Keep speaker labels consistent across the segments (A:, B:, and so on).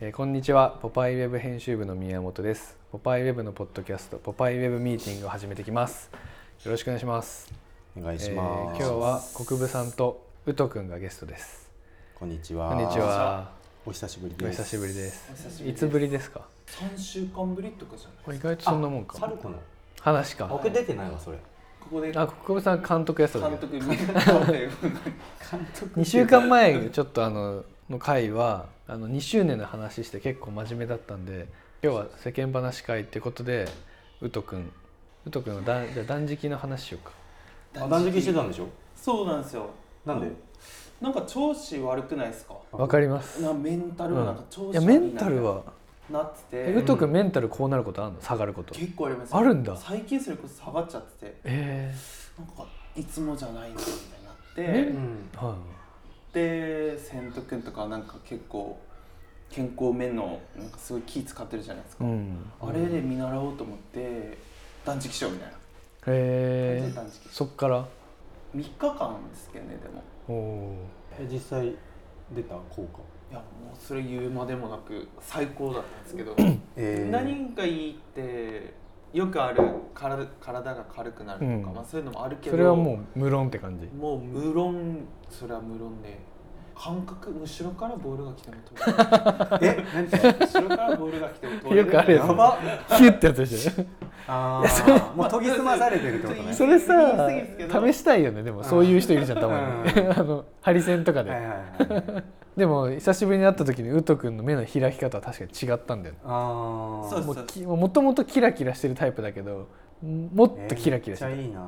A: えーこんにちはポパイウェブ編集部の宮本ですポパイウェブのポッドキャストポパイウェブミーティングを始めてきますよろしくお願いします
B: お願いします、
A: えー今日は国分さんと宇都くんがゲストです
B: こんにちは
A: こんにちは
B: お久しぶり
A: お
B: です
A: 久しぶりです
C: お久しぶ
A: い
C: りです
A: つぶりですか
C: 3週間ぶりとかじゃ
A: こ
C: ない
A: れ
C: で
A: 意外と
C: すか
A: そんなもん
B: サ
A: か
B: ルコの
A: 話か
B: 僕出てないわそれ
C: ここで監
A: あ国分さん監督やってた時
C: 督見たので
A: 2週間前ちょっとあのの回はあの2周年の話して結構真面目だったんで今日は世間話会ってことでうとくんうとくんのだんじゃあ断食の話しようか
B: あ断食してたんでしょ
C: そうなんですよ
B: なんで
C: なんか調子悪くないですか
A: わかります
C: なメンタルはなんか調子
A: い
C: 悪
A: や
C: い
A: メンタルは
C: なって
A: え
C: て
A: うとくんメンタルこうなることあるの下がること
C: 結構あります
A: あるんだ
C: 最近それこそ下がっちゃってて
A: え
C: なんかいつもじゃないんだみたいになっ
A: ね
C: て
B: ん
A: えはい
C: で千斗くんとかなんか結構健康面のなんかすごい気使ってるじゃないです
A: う
C: か、
A: ん
C: あれで見習おうと思って断食しようみたいな
A: へえ
C: 断食
A: そっから
C: 3日間ですけどねでも
A: おお
B: え実際出た効果
C: いやもうそれ言うまでもなく最高だったんですけど
B: え
C: 何がいいってよくある体体が軽くなるとか、
A: うん
C: まあ、そういうのもあるけど
A: それはもう無論って感じ
C: うもう無論それは無論で感覚後ろからボールが来ても通 る
B: え何
C: 後ろからボールが来ても通る
A: よくあるやつ
B: やば
A: ヒュッてやつでしょ
B: ああもう研ぎ澄まされてるってことね
A: それさ
C: 言い過ぎですけど
A: 試したいよねでもそういう人いるじゃんたまに、
B: う
A: あのハリセンとかで、
B: はいはいはい
A: でも久しぶりに会った時にウト君の目の開き方は確かに違ったんだよね
B: ああ
C: そう
A: もうきもともとキラキラしてるタイプだけどもっとキラキラして
B: めっち
A: る、
B: ゃいいな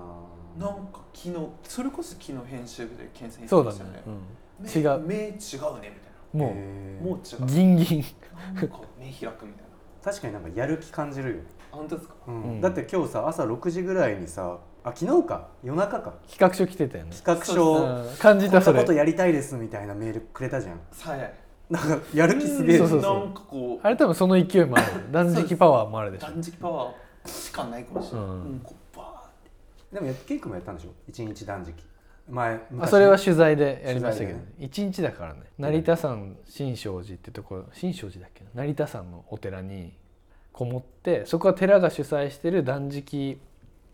C: なんか昨日それこそ昨日編集部で検査
A: そう
C: ま
A: だ
C: し
A: ね
C: たよね、
A: うん、
C: 目
A: 違う
C: 目違うねみたい
A: も
C: な
B: えー
C: もう違
A: う
C: う
A: ギンギン
C: なんか目開くみたいな
B: 確かになんかやる気感じるよ、
C: あ本当ですか
B: うん
A: うん
B: だって今日さ朝6時ぐらいにさあ昨日か夜中か
A: 企画書来てたよね、
B: 企画
C: そ
B: 書
A: うん感じた
B: こ
A: そ
B: んな
A: れ
B: ことやりたいですみたいなメールくれたじゃん
C: さえ
B: なんかやる気すげえ
A: そうそうそう
C: なんかこう
A: あれ多分その勢いもある断食パワーもあるでしょ
C: 断食パワーしかないかもしれない、
A: うん
C: うんこうバ
B: でもやケイ君もやったんでしょ一日断食前
A: あ
B: 昔
A: それは取材でやりましたけど、
B: 取
A: 一日だからね成田山新勝寺ってとこ新勝寺だっけな成田山のお寺にこもってそこは寺が主催してる断食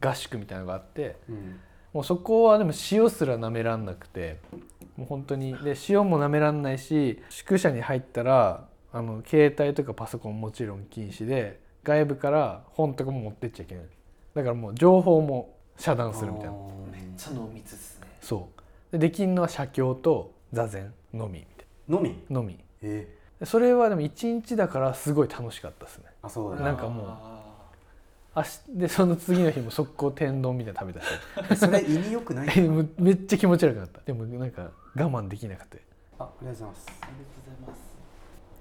A: 合宿みたいなのがあって
B: うん
A: もうそこはでも塩すら舐めらんなくてもう本当にで塩も舐めらんないし宿舎に入ったらあの携帯とかパソコンもちろん禁止で外部から本とかも持ってっちゃいけないだからもう情報も遮断するみたいな
B: あー
C: ーめっちゃ濃密ですね
A: そうでできんのは写経と座禅のみみたい
B: のみ
A: なのみ
B: え
A: でそれはでも1日だからすごい楽しかったですね
B: ー、あそうだ
A: な
B: なん
A: かもう
C: あ
A: あしでその次の日も速攻天丼みたいなの食べ
B: それ胃に良くない
A: たしもうめっちゃ気持ち悪くなったでもなんか我慢できなくて
B: あありがとうございます
C: ーあ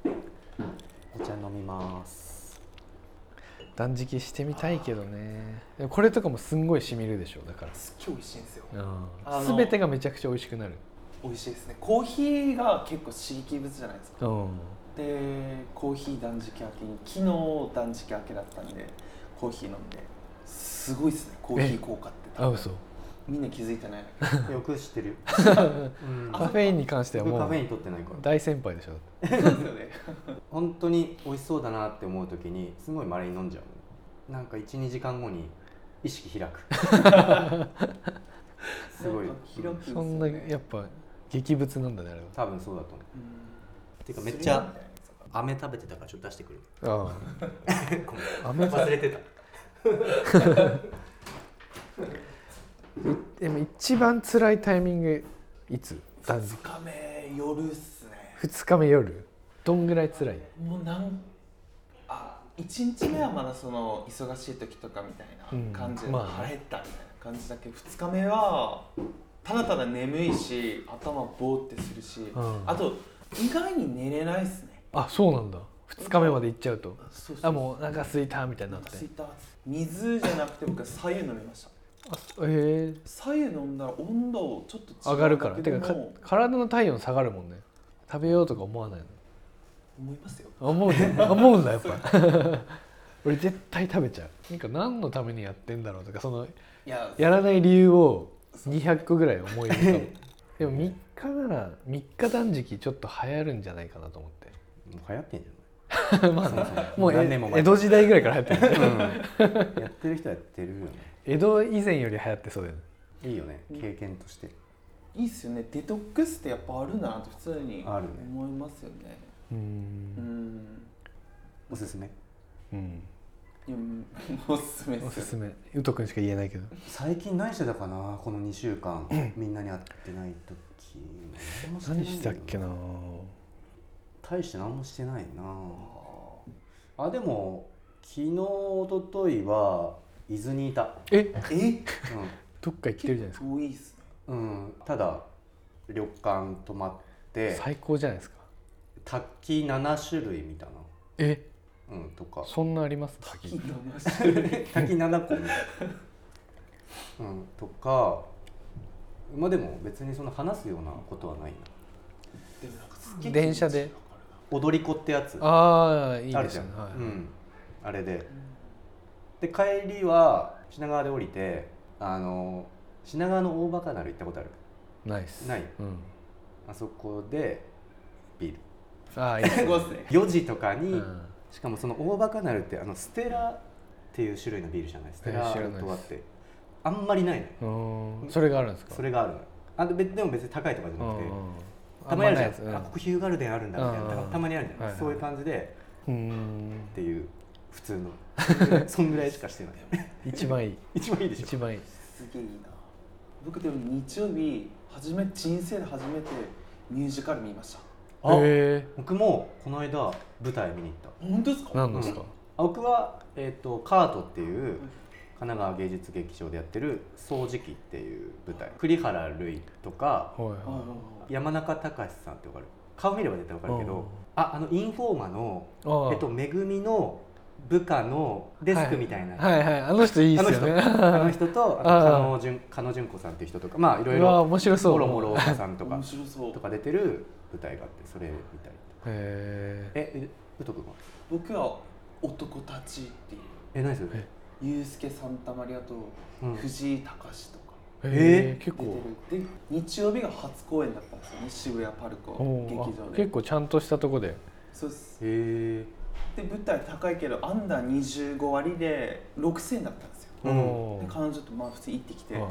C: りがとうございます
B: お茶飲みます
A: 断食してみたいけどねでもこれとかもすんごいしみるでしょだから
C: すっげえ美味しいんですよ
A: う
C: あ
A: ん
C: の
A: 全てがめちゃくちゃ美味しくなる
C: 美味しいですねコーヒーが結構刺激物じゃないですか
A: うん
C: でコーヒー断食明けに昨日断食明けだったんでコーヒー飲んですごいですねコーヒー効果って
A: あ嘘
C: みんな気づ いてない
B: よく知ってるよ、うん、
A: カフェインに関しては
B: 僕
A: も
B: カフェイ
A: う
B: ン取ってないから
A: 大先輩でしょ
C: そうですよね
B: 本当に美味しそうだなって思う時にすごいまれに飲んじゃうなんか12時間後に意識開くすごい
C: なんか開くんです
A: そ
C: よね
A: んなやっぱ劇物なんだねあれは
B: 多分そうだと思う
C: うん
B: てかめっちゃ
C: スリラーみたいなやつ
B: 飴食べてたからちょっと出してくる
A: あ
B: ごめ
A: あ飴
B: ん忘れてた
A: でも一番辛いタイミングいつ断食
C: 二日目夜っすね
A: 2日目夜どんぐらい辛い
C: もうなんあ1日目はまだその忙しい時とかみたいな感
A: う
C: じで
A: んまあね
C: 晴れたみたいな感じだけど2日目はただただ眠いし頭ぼーってするし、
A: ん
C: あと意外に寝れないっすね
A: あそうなんだ2日目まで行っちゃうと
C: そうそう
A: あもうお腹すいたみたいにな
C: な
A: っ
C: ん
A: て
C: かすいた水じゃなくて僕は左右飲みました
A: あへえ
C: 左右飲んだら温度をちょっと違うだけでも
A: 上がるからてかか体の体温下がるもんね食べようとか思わないの
C: 思いますよ
A: 思うね 思うんだやっぱ 俺絶対食べちゃうなんか何のためにやってんだろうとかその
C: いや
A: やらない理由を200個ぐらい思い浮か ぶでも3日なら3日断食ちょっと流行るんじゃないかなと思って
B: もう流行ってんじゃ まあ、
A: もう
B: 何年も
A: え
B: 前
A: 江戸時代ぐらいから流行ってる、ね、
B: うんやってる人はやってるよね
A: 江戸以前より流行ってそうだよね
B: いいよね経験として
C: いいっすよねデトックスってやっぱあるなって普通に
B: あるね
C: 思いますよね
A: う
C: うんん
B: おすすめ
A: うん
C: いやうんおすすめ
A: お
C: ですす
A: すめうとくんしか言えないけど
B: 最近何してたかなこの2週間みんなに会ってない時
A: 何したっけ
B: な
A: な
B: 大して何もしてないなあでも昨日一昨日は伊豆にいた、
A: え
C: え
A: どっか行ってるじゃないですか
C: 遠いっすね
B: うんうん、ただ旅館泊まって
A: 最高じゃないですか
B: 卓球7種類見たな
A: え
B: うんとか
A: そんなあります
C: いい
A: 滝
C: な面白い
B: 滝7個見たうんとかまあでも別にその話すようなことはないな
C: でもなんかすっげえ
A: 電車で
B: 踊り子ってやつ
A: ああいい
B: ある
A: です
B: じゃ
A: ね
B: ん、
A: は
B: うん、あれでで帰りは品川で降りてあの品川の大バカなる行ったことある
A: いナイス
B: ない
A: うん
B: あそこでビール
A: ああいいです
C: 気持ちよかっ
A: ね
C: たすごいっすね
B: 4時とか
A: う
B: に、
A: ん
B: しかもその大バカなるってあのステラっていう種類のビールじゃないステ
A: え
B: ラ
A: ー知らないです
B: とあってあんまりないのよ
A: うーんそれがあるんですか
B: それがあるのよあで別でも別に高いとかじゃ
A: う
B: なくて、
A: んうん
B: たまにあるじゃんあ,、
A: んまないや
B: ここヒューガルデンあるんだみたいな、
A: うんうん
B: たまにあるじゃん、
A: はいはい
B: そういう感じで
A: つうんうん
B: っていう普通の そんぐらいしかしてない
A: 一番いい
B: 一番いいでしょ
A: 一番いい
C: すげえいいな僕でも日曜日初め人生で初めてミュージカル見ました
B: あ
A: え
B: 僕もこの間舞台見に行った
C: 本当ですか
A: 何ですか
B: あ僕は、えー、とカートっていう神奈川芸術劇場でやってる「掃除機」っていう舞台栗原類とか
A: はい
C: あ
A: は
B: 山中隆さんってわかる顔見れば絶対わかるけ
A: うん
B: どああのインフォーマの、
A: い
B: えっと、めぐみの部下のデスクみたいな、
A: はいはいあの人いいっすよね
B: あの人とあと加納純加納純子さんっていう人とかまあいろいう
A: わ
B: ろ
A: 面白 そう
B: もろもろおばさん
C: あ
B: とか
C: 面白そう
B: とか出てる舞台があってそれ見たり
A: へえ
B: ええうとくんは
C: 僕は男たちっていう
B: え何それ
A: え
C: ユースケ・サンタマリアと
B: うん
C: 藤井隆とか
B: え
A: え結
C: 出て
A: 構
C: るで日曜日が初公演だったんですよね渋谷パルコ
A: お
C: 劇
A: ーあ
C: 場で
A: 結構ちゃんとしたとこで
C: そうです
B: へえ
C: で舞台高いけどアンダー25割で6000だったんですよ
B: うん
A: おー
C: で彼女とまあ普通に行ってきて
A: はい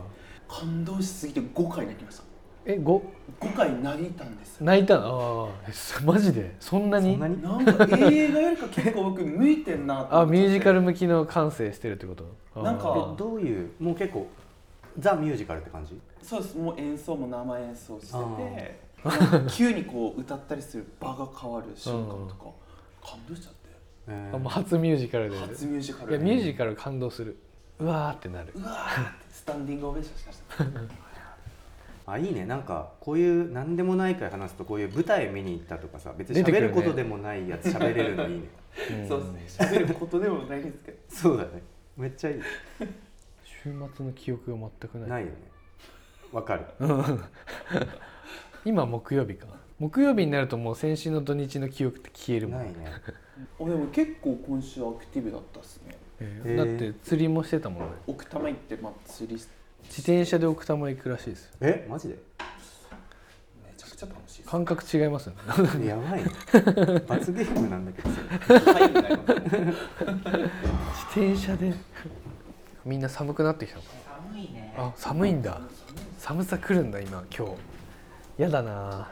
C: 感動しすぎて5回泣きました
A: えご
C: 5回泣いたんですよ
A: 泣いたのああえそ マジでそんなに
B: そんなに
C: なんか映画よりか結構僕向いてんなと
A: あ
C: 思っち
A: ミ
C: ゃって
A: ュージカル向きの感性してるってことあー
C: なんか
B: えどういうもう結構ザ・ミュージカルって感じ
C: そうですもう演奏も生演奏して
B: あ
C: て急にこう歌ったりする場が変わる瞬間とか感動しちゃって
B: えー
A: あもう初ミュージカルで
C: 初ミュージカ
A: いや
C: ル
A: ミュージカル感動するうわーってなる
C: うわーってスタンディングオベーションしました
B: あいいねなんかこういう何でもないから話すとこういう舞台見に行ったとかさ別に
A: 出てく
B: 喋
A: るね
B: ることでもないやつ喋れるのいい ね
A: ん
C: そうですね喋ることでもないですけど
B: そうだねめっちゃいい
A: 週末の記憶が全くない
B: ないよねわかる
A: 今木曜日か木曜日になるともう先週の土日の記憶って消えるも
B: なんい、ね
C: おでも結構今週アクティブだったですね
A: えー
B: へー
A: だって釣りもしてたもんね
C: 奥多摩行ってまあ釣りし
A: 自転車で奥多摩行くらしいです
B: えマジで
C: めちゃくちゃ楽しいです
A: 感覚違いますよね
B: やばいね 罰ゲームなんだけどそれ
C: 入んないもん
A: 自転車でみんな寒くなってきたのか
C: 寒いね
A: なあ寒いんだ寒さ来るんだ今今日やだな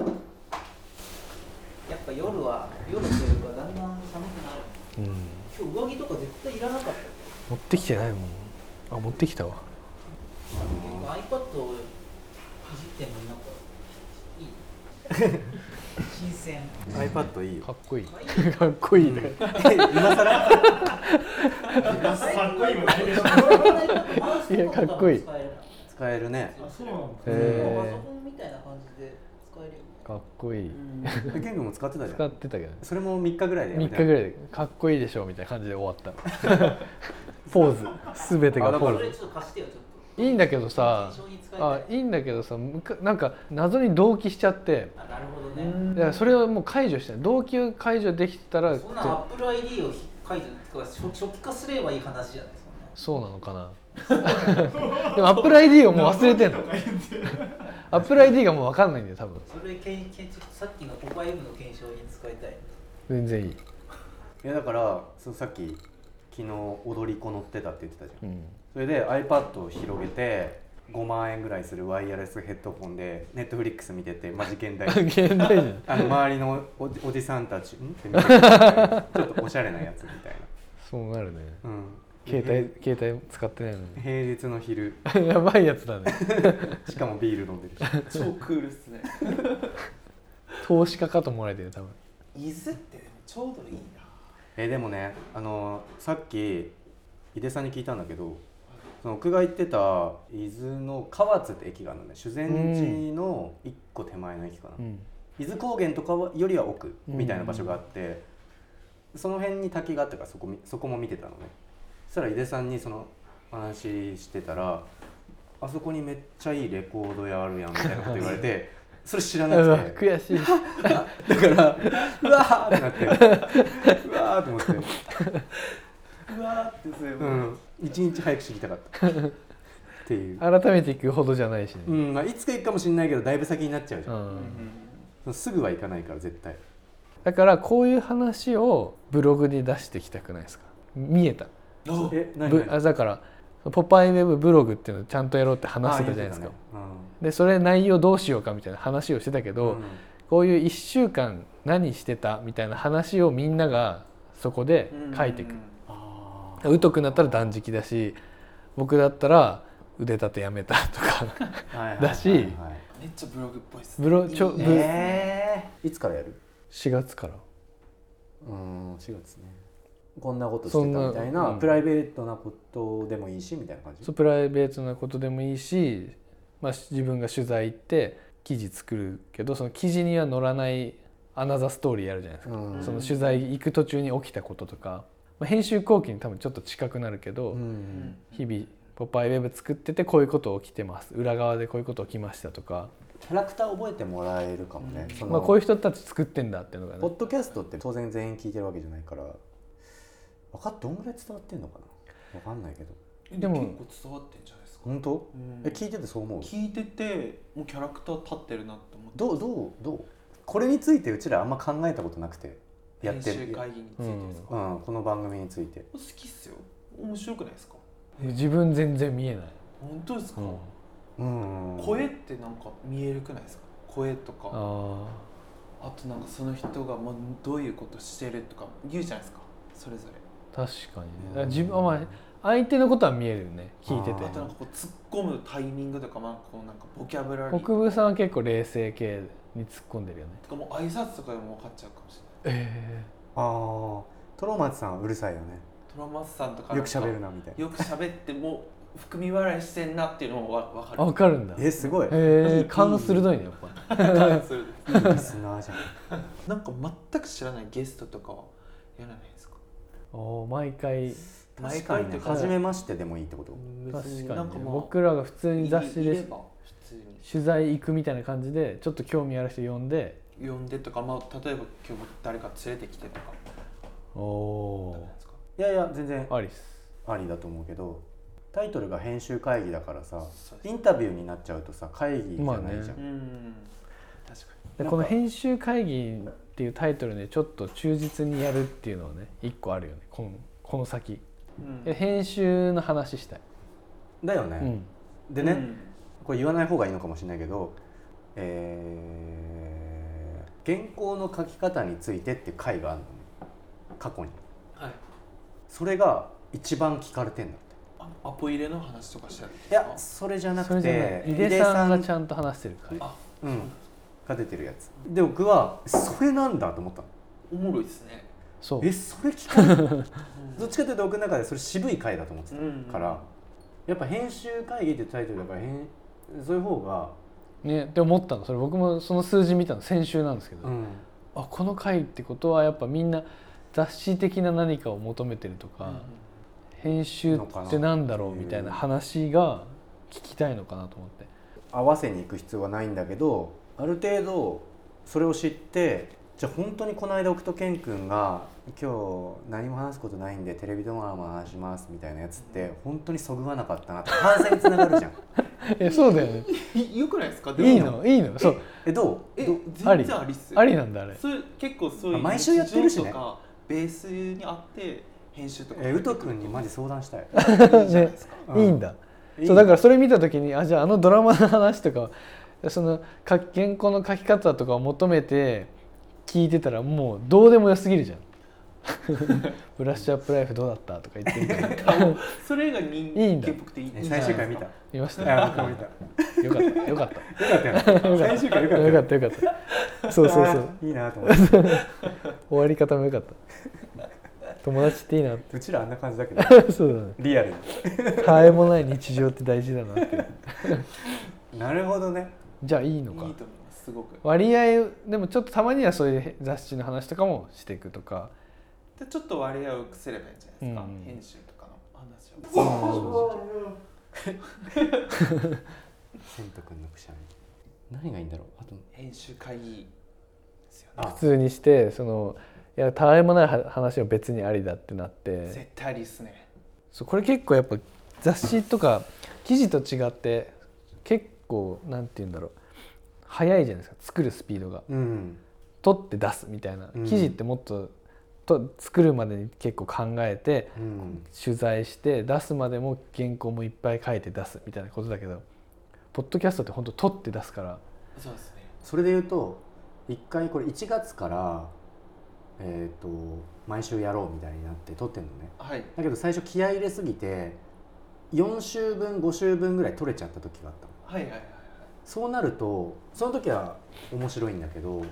D: やっぱ夜は夜というかだんだん寒くな
A: う
D: る
A: ん
D: 今日上着とか絶対いらなかったよ
A: 持ってきてないもんあ持ってきたわ
D: 結構 iPad をいじってんのになんかいい新鮮
B: iPad いいよ
A: かっこいい かっこいいね、
B: 今更
D: 最高今 マウスとかも多分使える
B: 使えるね
D: あそうなんだ
A: へー
D: パソコンみたいな感じで使えるよね
A: かっこいい
B: ケン君も使ってたじ
A: 使
B: ゃ
A: っ
B: ん
A: てたけどね
B: それも3日ぐらいでやめ
A: 3
B: た
A: 日ぐらいでかっこいいでしょみたいな感じで終わった ポーズ全て
B: あ
A: が
B: だ
A: ポ
B: か
D: そ
B: ら
A: ー
D: れ
A: ズ
D: ちょっと貸してよちょっ
A: いいんだけどさ
D: と一緒に使いた
A: あい
D: い
A: いんだけどさむかなんか謎に同期しちゃって
D: あなるほどね
A: だからそれをもう解除して同期を解除できてたら
D: そんな AppleID を解除とか初初期化すればいい話じゃないですか
A: そうなのかなでも AppleID をもう忘れてんの AppleID がもう分かんないんだよ多分
D: それけんけんちょっとさっきの 5M の検証に使いたい
A: 全然いい
B: いやだからそのさっき昨日踊り子乗ってたって言ってたじゃん
A: うん、
B: それで iPad を広げて5万円ぐらいするワイヤレスヘッドホンで Netflix 見ててマジ 現代
A: 現代人
B: あの周りのおじおじさんたちんって見てくるみたいなちょっとおしゃれなやつみたい
A: そうなるね
B: な、うん、
A: 携帯携帯使ってないの
B: 帯平日の昼
A: に やばいやつだね
B: しかもビール飲んでるし
C: 超クールっすね
A: 投資家かと思われてる多分
C: 伊豆ってでもちょうどいいな
B: えーでもねあのーさっき井出さんに聞いたんだけどその僕が行ってた伊豆の河津って駅があるのね修善寺の一個手前の駅かな、
A: うん
B: 伊豆高原とかはよりは奥
A: うん
B: みたいな場所があって、その辺に滝があったからそこみそこも見てたのねそしたら井出さんにその話してたら「あそこにめっちゃいいレコード屋あるやん」みたいなこと言わ れてそれ知らな
A: うわ
B: くて
A: 悔しい
B: だから「うわ!」ってなって「うわ!」って思って。
C: うわーってす
B: う
C: ごい、
B: ん、一日早く知りた かった。っていう。
A: 改めて行くほどじゃないし
B: う
A: ね、
B: ん、まあ、いつか行くかもしれないけど、だいぶ先になっちゃうじ
A: う
B: ゃん。
A: ん
B: すぐは行かないから、絶対。
A: だからこういう話をブログに出していきたくないですか見えた
C: うん
B: え、何
A: ぶあだからポパイウェブブログっていうのをちゃんとやろうって話してたじゃないですか、。でそれ内容どうしようかみたいな話をしてたけ
B: そ
A: ど、
B: うん。
A: こういう1週間何してたみたいな話をみんながそこで書いていく、
B: あ
A: うとくなったら断食だし僕だったら腕立てやめたとか
B: あ。はいはいはいはい
A: だし
C: めっちゃブログっぽいっすね
A: ブロちょ
C: いい
A: ブ
C: ね
B: えーいつからやる。
A: 4月から
B: うん、四月ね。こんなこと
A: そんなうん
B: イベートなことでもいいしみたいな感
A: そうプライベートなことでもいいし、まあ、し自分が取材行って記事作るけどその記事には載らないアナザーストーリーやるじゃないですか、
B: うん
A: その取材行く途中に起きたこととか、まあ、編集後期に多分ちょっと近くなるけど、
B: うん。
A: 日々「ポパイウェブ」作っててこういうこと起きてます裏側でこういうこと起きましたとか、
B: キャラクター覚えてもらえるかもね。その
A: まあ、こういう人たち作ってんだっていうのが
B: ポ
A: ね
B: ッドキャストって当然全員聞いてるわけじゃないから分かっどんぐらい伝わってんのかな分かんないけど
C: え
A: でも
C: 結構伝わってんじゃないですか、
B: 本当
C: うん
B: え聞いててそう思う
C: 聞いててもうキャラクター立ってるなって思って
B: どうどうどうこれについてうちらあんま考えたことなくてやって
C: 編集
B: る
C: 会議についてですか、
B: うん、この番組について
C: 好きっすよ面白くないですか
A: 自分全然見えない。
C: 本当ですか、
B: うん
C: 声ってなんか見えるくないですか声とかあ
A: あ
C: となんかその人がもうどういうことしてるとか言うじゃないですかそれぞれ
A: ー確かにね、だから自分は、まあ、相手のことは見えるよね聞いてて
B: あ
C: あとなんかこう突っ込むタイミングとかなんかこうなんかボキャブラリー
A: 国分さんは結構冷静系に突っ込んでるよね
C: とかもう挨拶とかでも分かっちゃうかもしれない
A: え
B: ああトロマツさんはうるさいよね
C: トラマスさんとかなんか
B: よく喋るなみたいな
C: よく喋ってもう含み笑いしてんなっていうのもわ分か
A: ー、
C: る
A: あ分かるんだ
B: えすごいいい
A: えー、勘鋭いねやっぱ
C: 感 じする
B: リスナーじゃん
C: なんか全く知らないゲストとかはやらないですか
A: おー毎回
C: 毎
B: 確か
C: 回
B: に
C: と
B: ね
C: か
B: 初めましてでもいいってこと
A: 確かに,、
C: なんかまあ
A: 僕らが普通に雑誌
C: いいれ
A: で
C: ば普通に
A: 取材行くみたいな感じでちょっと興味ある人呼んで
C: 呼んでとか、まあ、例えば今日誰か連れてきてとか
A: お
C: ダメ
A: お
C: なんですか
B: いやいや全然
A: アリス
B: ありだと思うけどタイトルが編集会議だからさ
C: そうで
B: イ
C: す
B: ンタビューになっちゃうとさ会議じゃないじゃん、
A: まあね
C: うん確かに
A: で
B: なんか
A: この「編集会議」っていうタイトルでちょっと忠実にやるっていうのはね一個あるよねこのこの先
C: うん
A: え編集の話したい、
B: だよ
A: う
B: ね、
A: ん、
B: でね、
C: うん
B: これ言わない方がいいのかもしれないけど、えー原稿の書き方についてっていう回があるのね過去に
C: はい
B: それが一番聞かれてんだって
C: あのアポ入れの話とかしてるんです
B: い
C: か
B: やそれじゃな
A: そ
B: く
A: れじゃ
B: て
A: ない井出さんが
B: 井出
A: ちゃんと話してるから
C: あ
B: うん、が出てるやつで僕はそれなんだと思ったの
C: おもろいですね、
A: そう
B: えそれ聞かれる
C: うん
B: どっちかというと僕の中でそれ渋い回だと思ってた
C: うん
B: からやっぱ編集会議ってタイトルだから編そういう方が、
A: ねって思ったのそれ僕もその数字見たの先週なんですけど、
B: うん、
A: あこの回ってことはやっぱみんな雑誌的な何かを求めてると
C: う
A: か、
C: ん
A: 編集ってなんだろうみたいな話が聞きたいのかなと思って、
B: 合わせに行く必要はないんだけどある程度それを知ってじゃあ本当にこの間奥戸健君が「今日何も話すことないんでテレビドラマ話します」みたいなやつって本当にそぐわなかったなって反省につながるじゃん
A: えそうだよね
C: いよくないですかでも
A: いいのいいの そう
B: えどう
C: え
B: どう
C: 全然ありっすよ
A: ありなんだあれ
C: それ結構そうい
B: あ
C: う
B: 毎週やってるしね
C: 日常とかベースにあって編集とか
B: えウト君にマジ相談したい、
C: いいじゃないですか、
A: いいん
B: だ
A: だそうだからそれ見た時にあじゃああのドラマの話とかその書き原稿の書き方とかを求めて聞いてたらもうどうでもよすぎるじゃんブラッシュアップライフどうだったとか言ってみたいな
C: それが人
A: いいんだ
C: 間っぽくていい
B: ね最終回見た
C: いいんじ
A: 見ました
B: い
A: よ
B: や僕も見た
A: かったよかっ
B: よかったよね
A: た
B: 最終回よ
A: た
B: かった
A: よかったよかったそうそうそう
B: あーいいなと思って
A: 終わり方もよかった友達っていいなっ
B: うちらあんな感じだけど
A: て そう
B: リアル
A: だね絶えもない日常って大事だなって
B: になるほどね
A: じゃあいい
C: ゃ
A: の
C: な
A: か
C: いですかいいと思いますすごく
A: 割合でもちょっとたまにはそういう雑誌の話とかもしていくとか
C: でちょっと割合をくせればいいんじゃないですか、
A: うん
C: 編集とかの話を
B: そう千斗君のくしゃみ何がいいんだろうあと
C: 編集会議ですよね
B: あ
A: 普通にしてそのいやたわいもないは話は別にありだってなって
C: 絶対ありですね
A: そうこれ結構やっぱ雑誌とか記事と違って結構なんて言うんだろう早いじゃないですか作るスピードが
B: うん
A: 取って出すみたいな、
B: うん
A: 記事ってもっとと作るまでに結構考えて
B: うん
A: 取材して出すまでも原稿もいっぱい書いて出すみたいなことだけどポッドキャストって本当取って出すから
C: そうですね
B: それで言うと一回これ1月からえっ、と毎週やろうみたいになって撮ってんのね
C: はい
B: だけど最初気合い入れすぎて4週分5週分ぐらい撮れちゃった時があったの
C: はいはいはいはい
B: そうなるとその時は面白いんだけど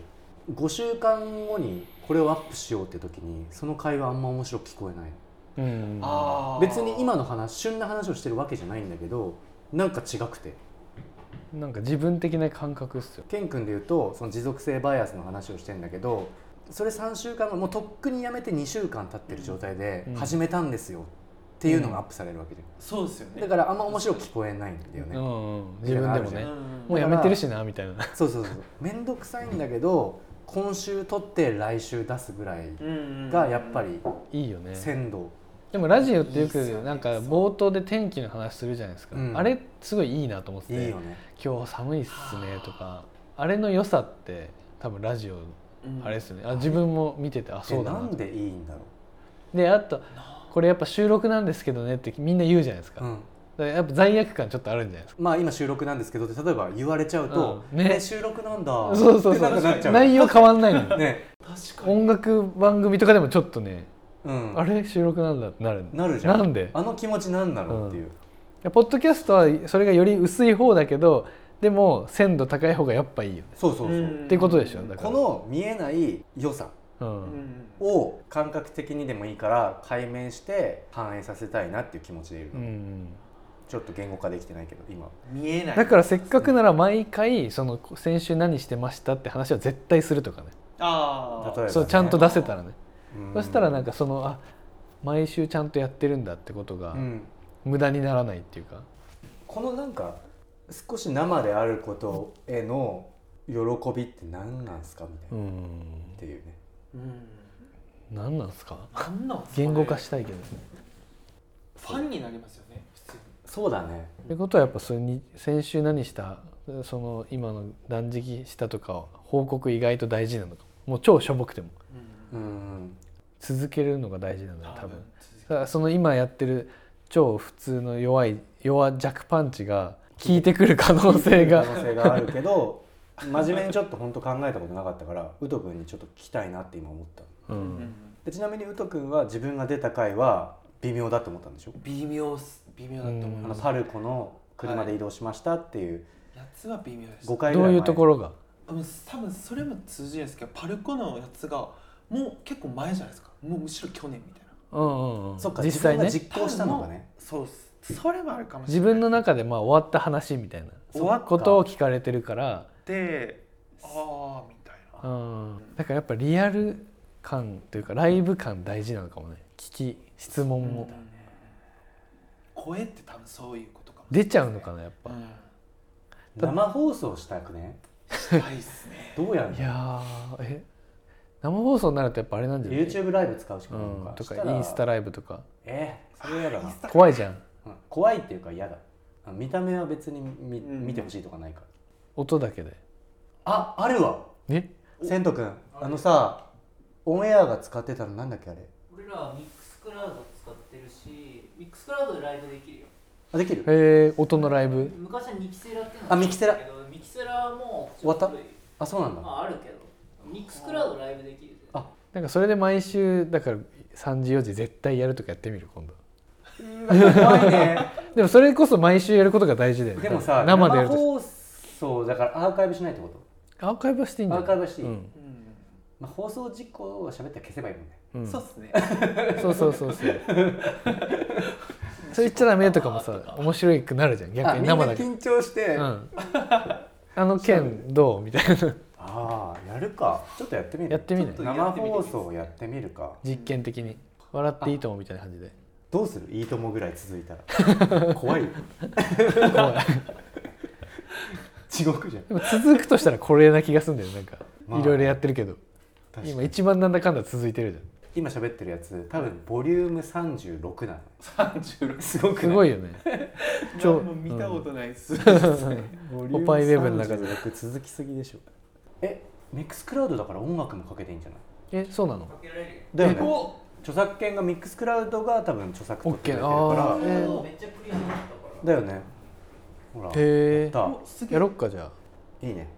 B: 5週間後にこれをアップしようって時にその会話あんま面白く聞こえない
A: うん
C: あー
B: 別に今の話旬な話をしてるわけじゃないんだけどなんか違くて
A: なんか自分的な感覚っすよ。
B: ケン君で言うとその持続性バイアスの話をしてんだけどそれ3週間後もうとっくにやめて2週間経ってる状態で
A: うん
B: 始めたんですよっていうのがアップされるわけじゃ
C: そうですよね
B: んだからあんま面白く聞こえないんだよ
A: う
B: ね
A: んうん、自分でも
B: ら
A: ね
C: うんうん
A: もうやめてるしなみたいな
B: そうそうそう面倒くさいんだけど今週撮って来週出すぐらい
C: うんうんうん
B: がやっぱり
A: いいよね
B: 鮮度、
A: でもラジオってよく
C: いいっすよね
A: なんか冒頭で天気の話するじゃないですか、
B: うん
A: あれすごいいいなと思ってて
B: いいよね
A: 今日寒いっすね」とかあれの良さって多分ラジオ
C: うん
A: あれですよね、あ自分も見ててあ
B: え
A: そうだ
B: な
A: なと
B: んでいいんだろ
A: であとこれやっぱ収録なんですけどねってみんな言うじゃないですか,、
B: う、う
A: だから
B: ん、
A: やっぱ罪悪感ちょっとあるんじゃないですか
B: まあ今収録なんですけどって例えば言われちゃうと、
A: うんね
B: え収録なんだ
A: そうそうそ
B: ってなんかなっちゃ
A: う
B: う
A: 内容変わんない の
B: ね、
C: 確かに
A: 音楽番組とかでもちょっとね、
B: うん、
A: あれ収録なんだってなる
B: なるじゃん
A: なんで
B: あの気持ちなんだろうっていう、
A: ポッドキャストはそれがより薄い方だけどでも鮮度高い方がやっぱいいよね
B: そうそうそう、
C: うん
A: ってことでしょだか
B: この見えない良さ
A: う、
C: うんん
B: を感覚的にでもいいから解明して反映させたいなっていう気持ちでいる
A: う
B: の、
A: ん、
B: ちょっと言語化できてないけど今
C: 見えない
A: だからせっかくなら毎回その先週何してましたって話は絶対するとかね
C: ああ
B: 例えばね
A: そうちゃんと出せたらね、
B: うん
A: そしたらなんかそのあ毎週ちゃんとやってるんだってことが
B: うん、
A: 無駄にならないっていうか、
B: このなんか少し生であることへの喜びって何なんすかみたいな、
A: う
B: っ
A: ん、
B: ていうね
C: うん
A: 何なんすか
C: なんなんすかね
A: 言語化したいけどね。
C: ファンになりますよね普通に
B: そうだね
A: ってことはやっぱそれに先週何したその今の断食したとか報告意外と大事なのかももう超しょぼくても
C: う
B: うんん
A: 続けるのが大事なのよ多分
C: 続
A: だからその今やってる超普通の弱い弱弱パンチが効いてくる可能性
B: 可
A: が
B: 能性があるけど真面目にちょっと本当考えたことなかったからウト君にちょっと聞きたいなって今思った
A: う
C: けうん
A: ん
B: でちなみにウト君は自分が出た回は微妙だと思ったんでしょ、
C: 微妙っす微妙だと思い
A: うん
B: あ
C: ま
B: の
C: す、
B: パルコの車で移動しましたっていう
C: 夏は微妙でした
B: 5回ぐ
A: ど
B: ら
A: う
B: い
A: い
B: 前
A: うところが
C: うん多分それも通じないですけどパルコのやつがもう結構前じゃないですかもうむしろ去年みたいな
A: うんうんうん
B: そっか
A: 実
B: 実
A: 際
B: 際
A: ね
B: ね実行したのがね
C: そうっすそれはあるかもしれ
A: 自
C: ない
A: 分の中でまあ終わった話みたいな
C: 終わった
A: ことを聞かれてるから、
C: でああみたいな
A: うん、だからやっぱリアル感というかライブ感大事なのかもね聞き質問も
C: うん声って多分そういうことかも
A: 出ちゃうのかなやっぱ、
C: う
B: 生放送したくね
C: んしたいっすね
B: どうやるの
A: いやーえ生放送になるとやっぱあれなんじゃない
B: YouTube ライブ使うしかないのか、
A: うん、と
B: した
A: からインスタライブとか
B: えー、それ嫌だな、
A: 怖いじゃん
B: うん怖いっていうか嫌だあ見た目は別に見,、
C: うん
B: 見てほしいとかないから
A: 音だけで
B: ああるわ
A: ね
B: 千斗君あのさオンエアが使ってたのなんだっけあれ
D: 俺らはミックスクラウド使ってるしミックスクラウドでライブできるよ
B: あできる
A: えー、音のライブ
D: 昔はミキセラっての
B: あミキセラ
D: だけどミキセラはもう
B: 終わった
D: ちょと
B: あそうなんだ
D: まああるけどミックスクラウドライブできる
B: あ
A: なんかそれで毎週だから3時4時絶対やるとかやってみる今度
B: 怖 いね
A: でもそれこそ毎週やることが大事だよね
B: でもさ
A: 生でやると
B: 放送だからアーカイブしないってこと、
A: アーカイブはしていいんじゃない
B: アーカイブはしていい
A: うん
B: まあ、放送事故を喋ったら消せばいいもんね
A: うん
C: そうっすね
A: そうそうそうそうそれ言っちゃダメとかもさ面白くなるじゃん
B: あ
A: 逆に
B: みんな
A: 生だけど
B: 緊張して、
A: う
B: あ
A: んあの件どうみたいな
B: あやるかちょっとやってみる
A: やってみない
C: ちょっと
B: 生放送をやってみるか
A: 実験的に笑っていいと思うみたいな感じで
B: どうするいいともぐらい続いた ら怖いよ
A: 怖い
B: 地獄じゃん
A: でも続くとしたらこれな気がするんだよなんか
B: まあ
A: いろいろやってるけど
B: 確か
A: 今
B: に
A: 一番なんだかんだ続いてるじ
B: 今喋ってるやつ多分ボリューム36なの
C: 36
B: すご
A: ゃん
B: く
A: す
B: ない
A: ごいよねちょ
C: 何も見たことないっす、
A: オパイウェブの中で
B: 36続きすぎでしょえミックスクラウドだから音楽もかけていいんじゃない
A: えそうなの
D: かけられるよ
B: だよ
A: え
B: ね著作権がミックスクラウドが多分著作
A: オ
B: 取
A: ッ
B: って
A: ケ
B: くれて
A: ー
B: る
A: あ
B: か
A: ー
D: ミックスクラウド
A: え
D: めっちゃクリアになったから
B: らだよねほら
A: ーへ
B: やっ
A: え
B: た
C: すげえ
A: やろっかじゃあ
B: いいね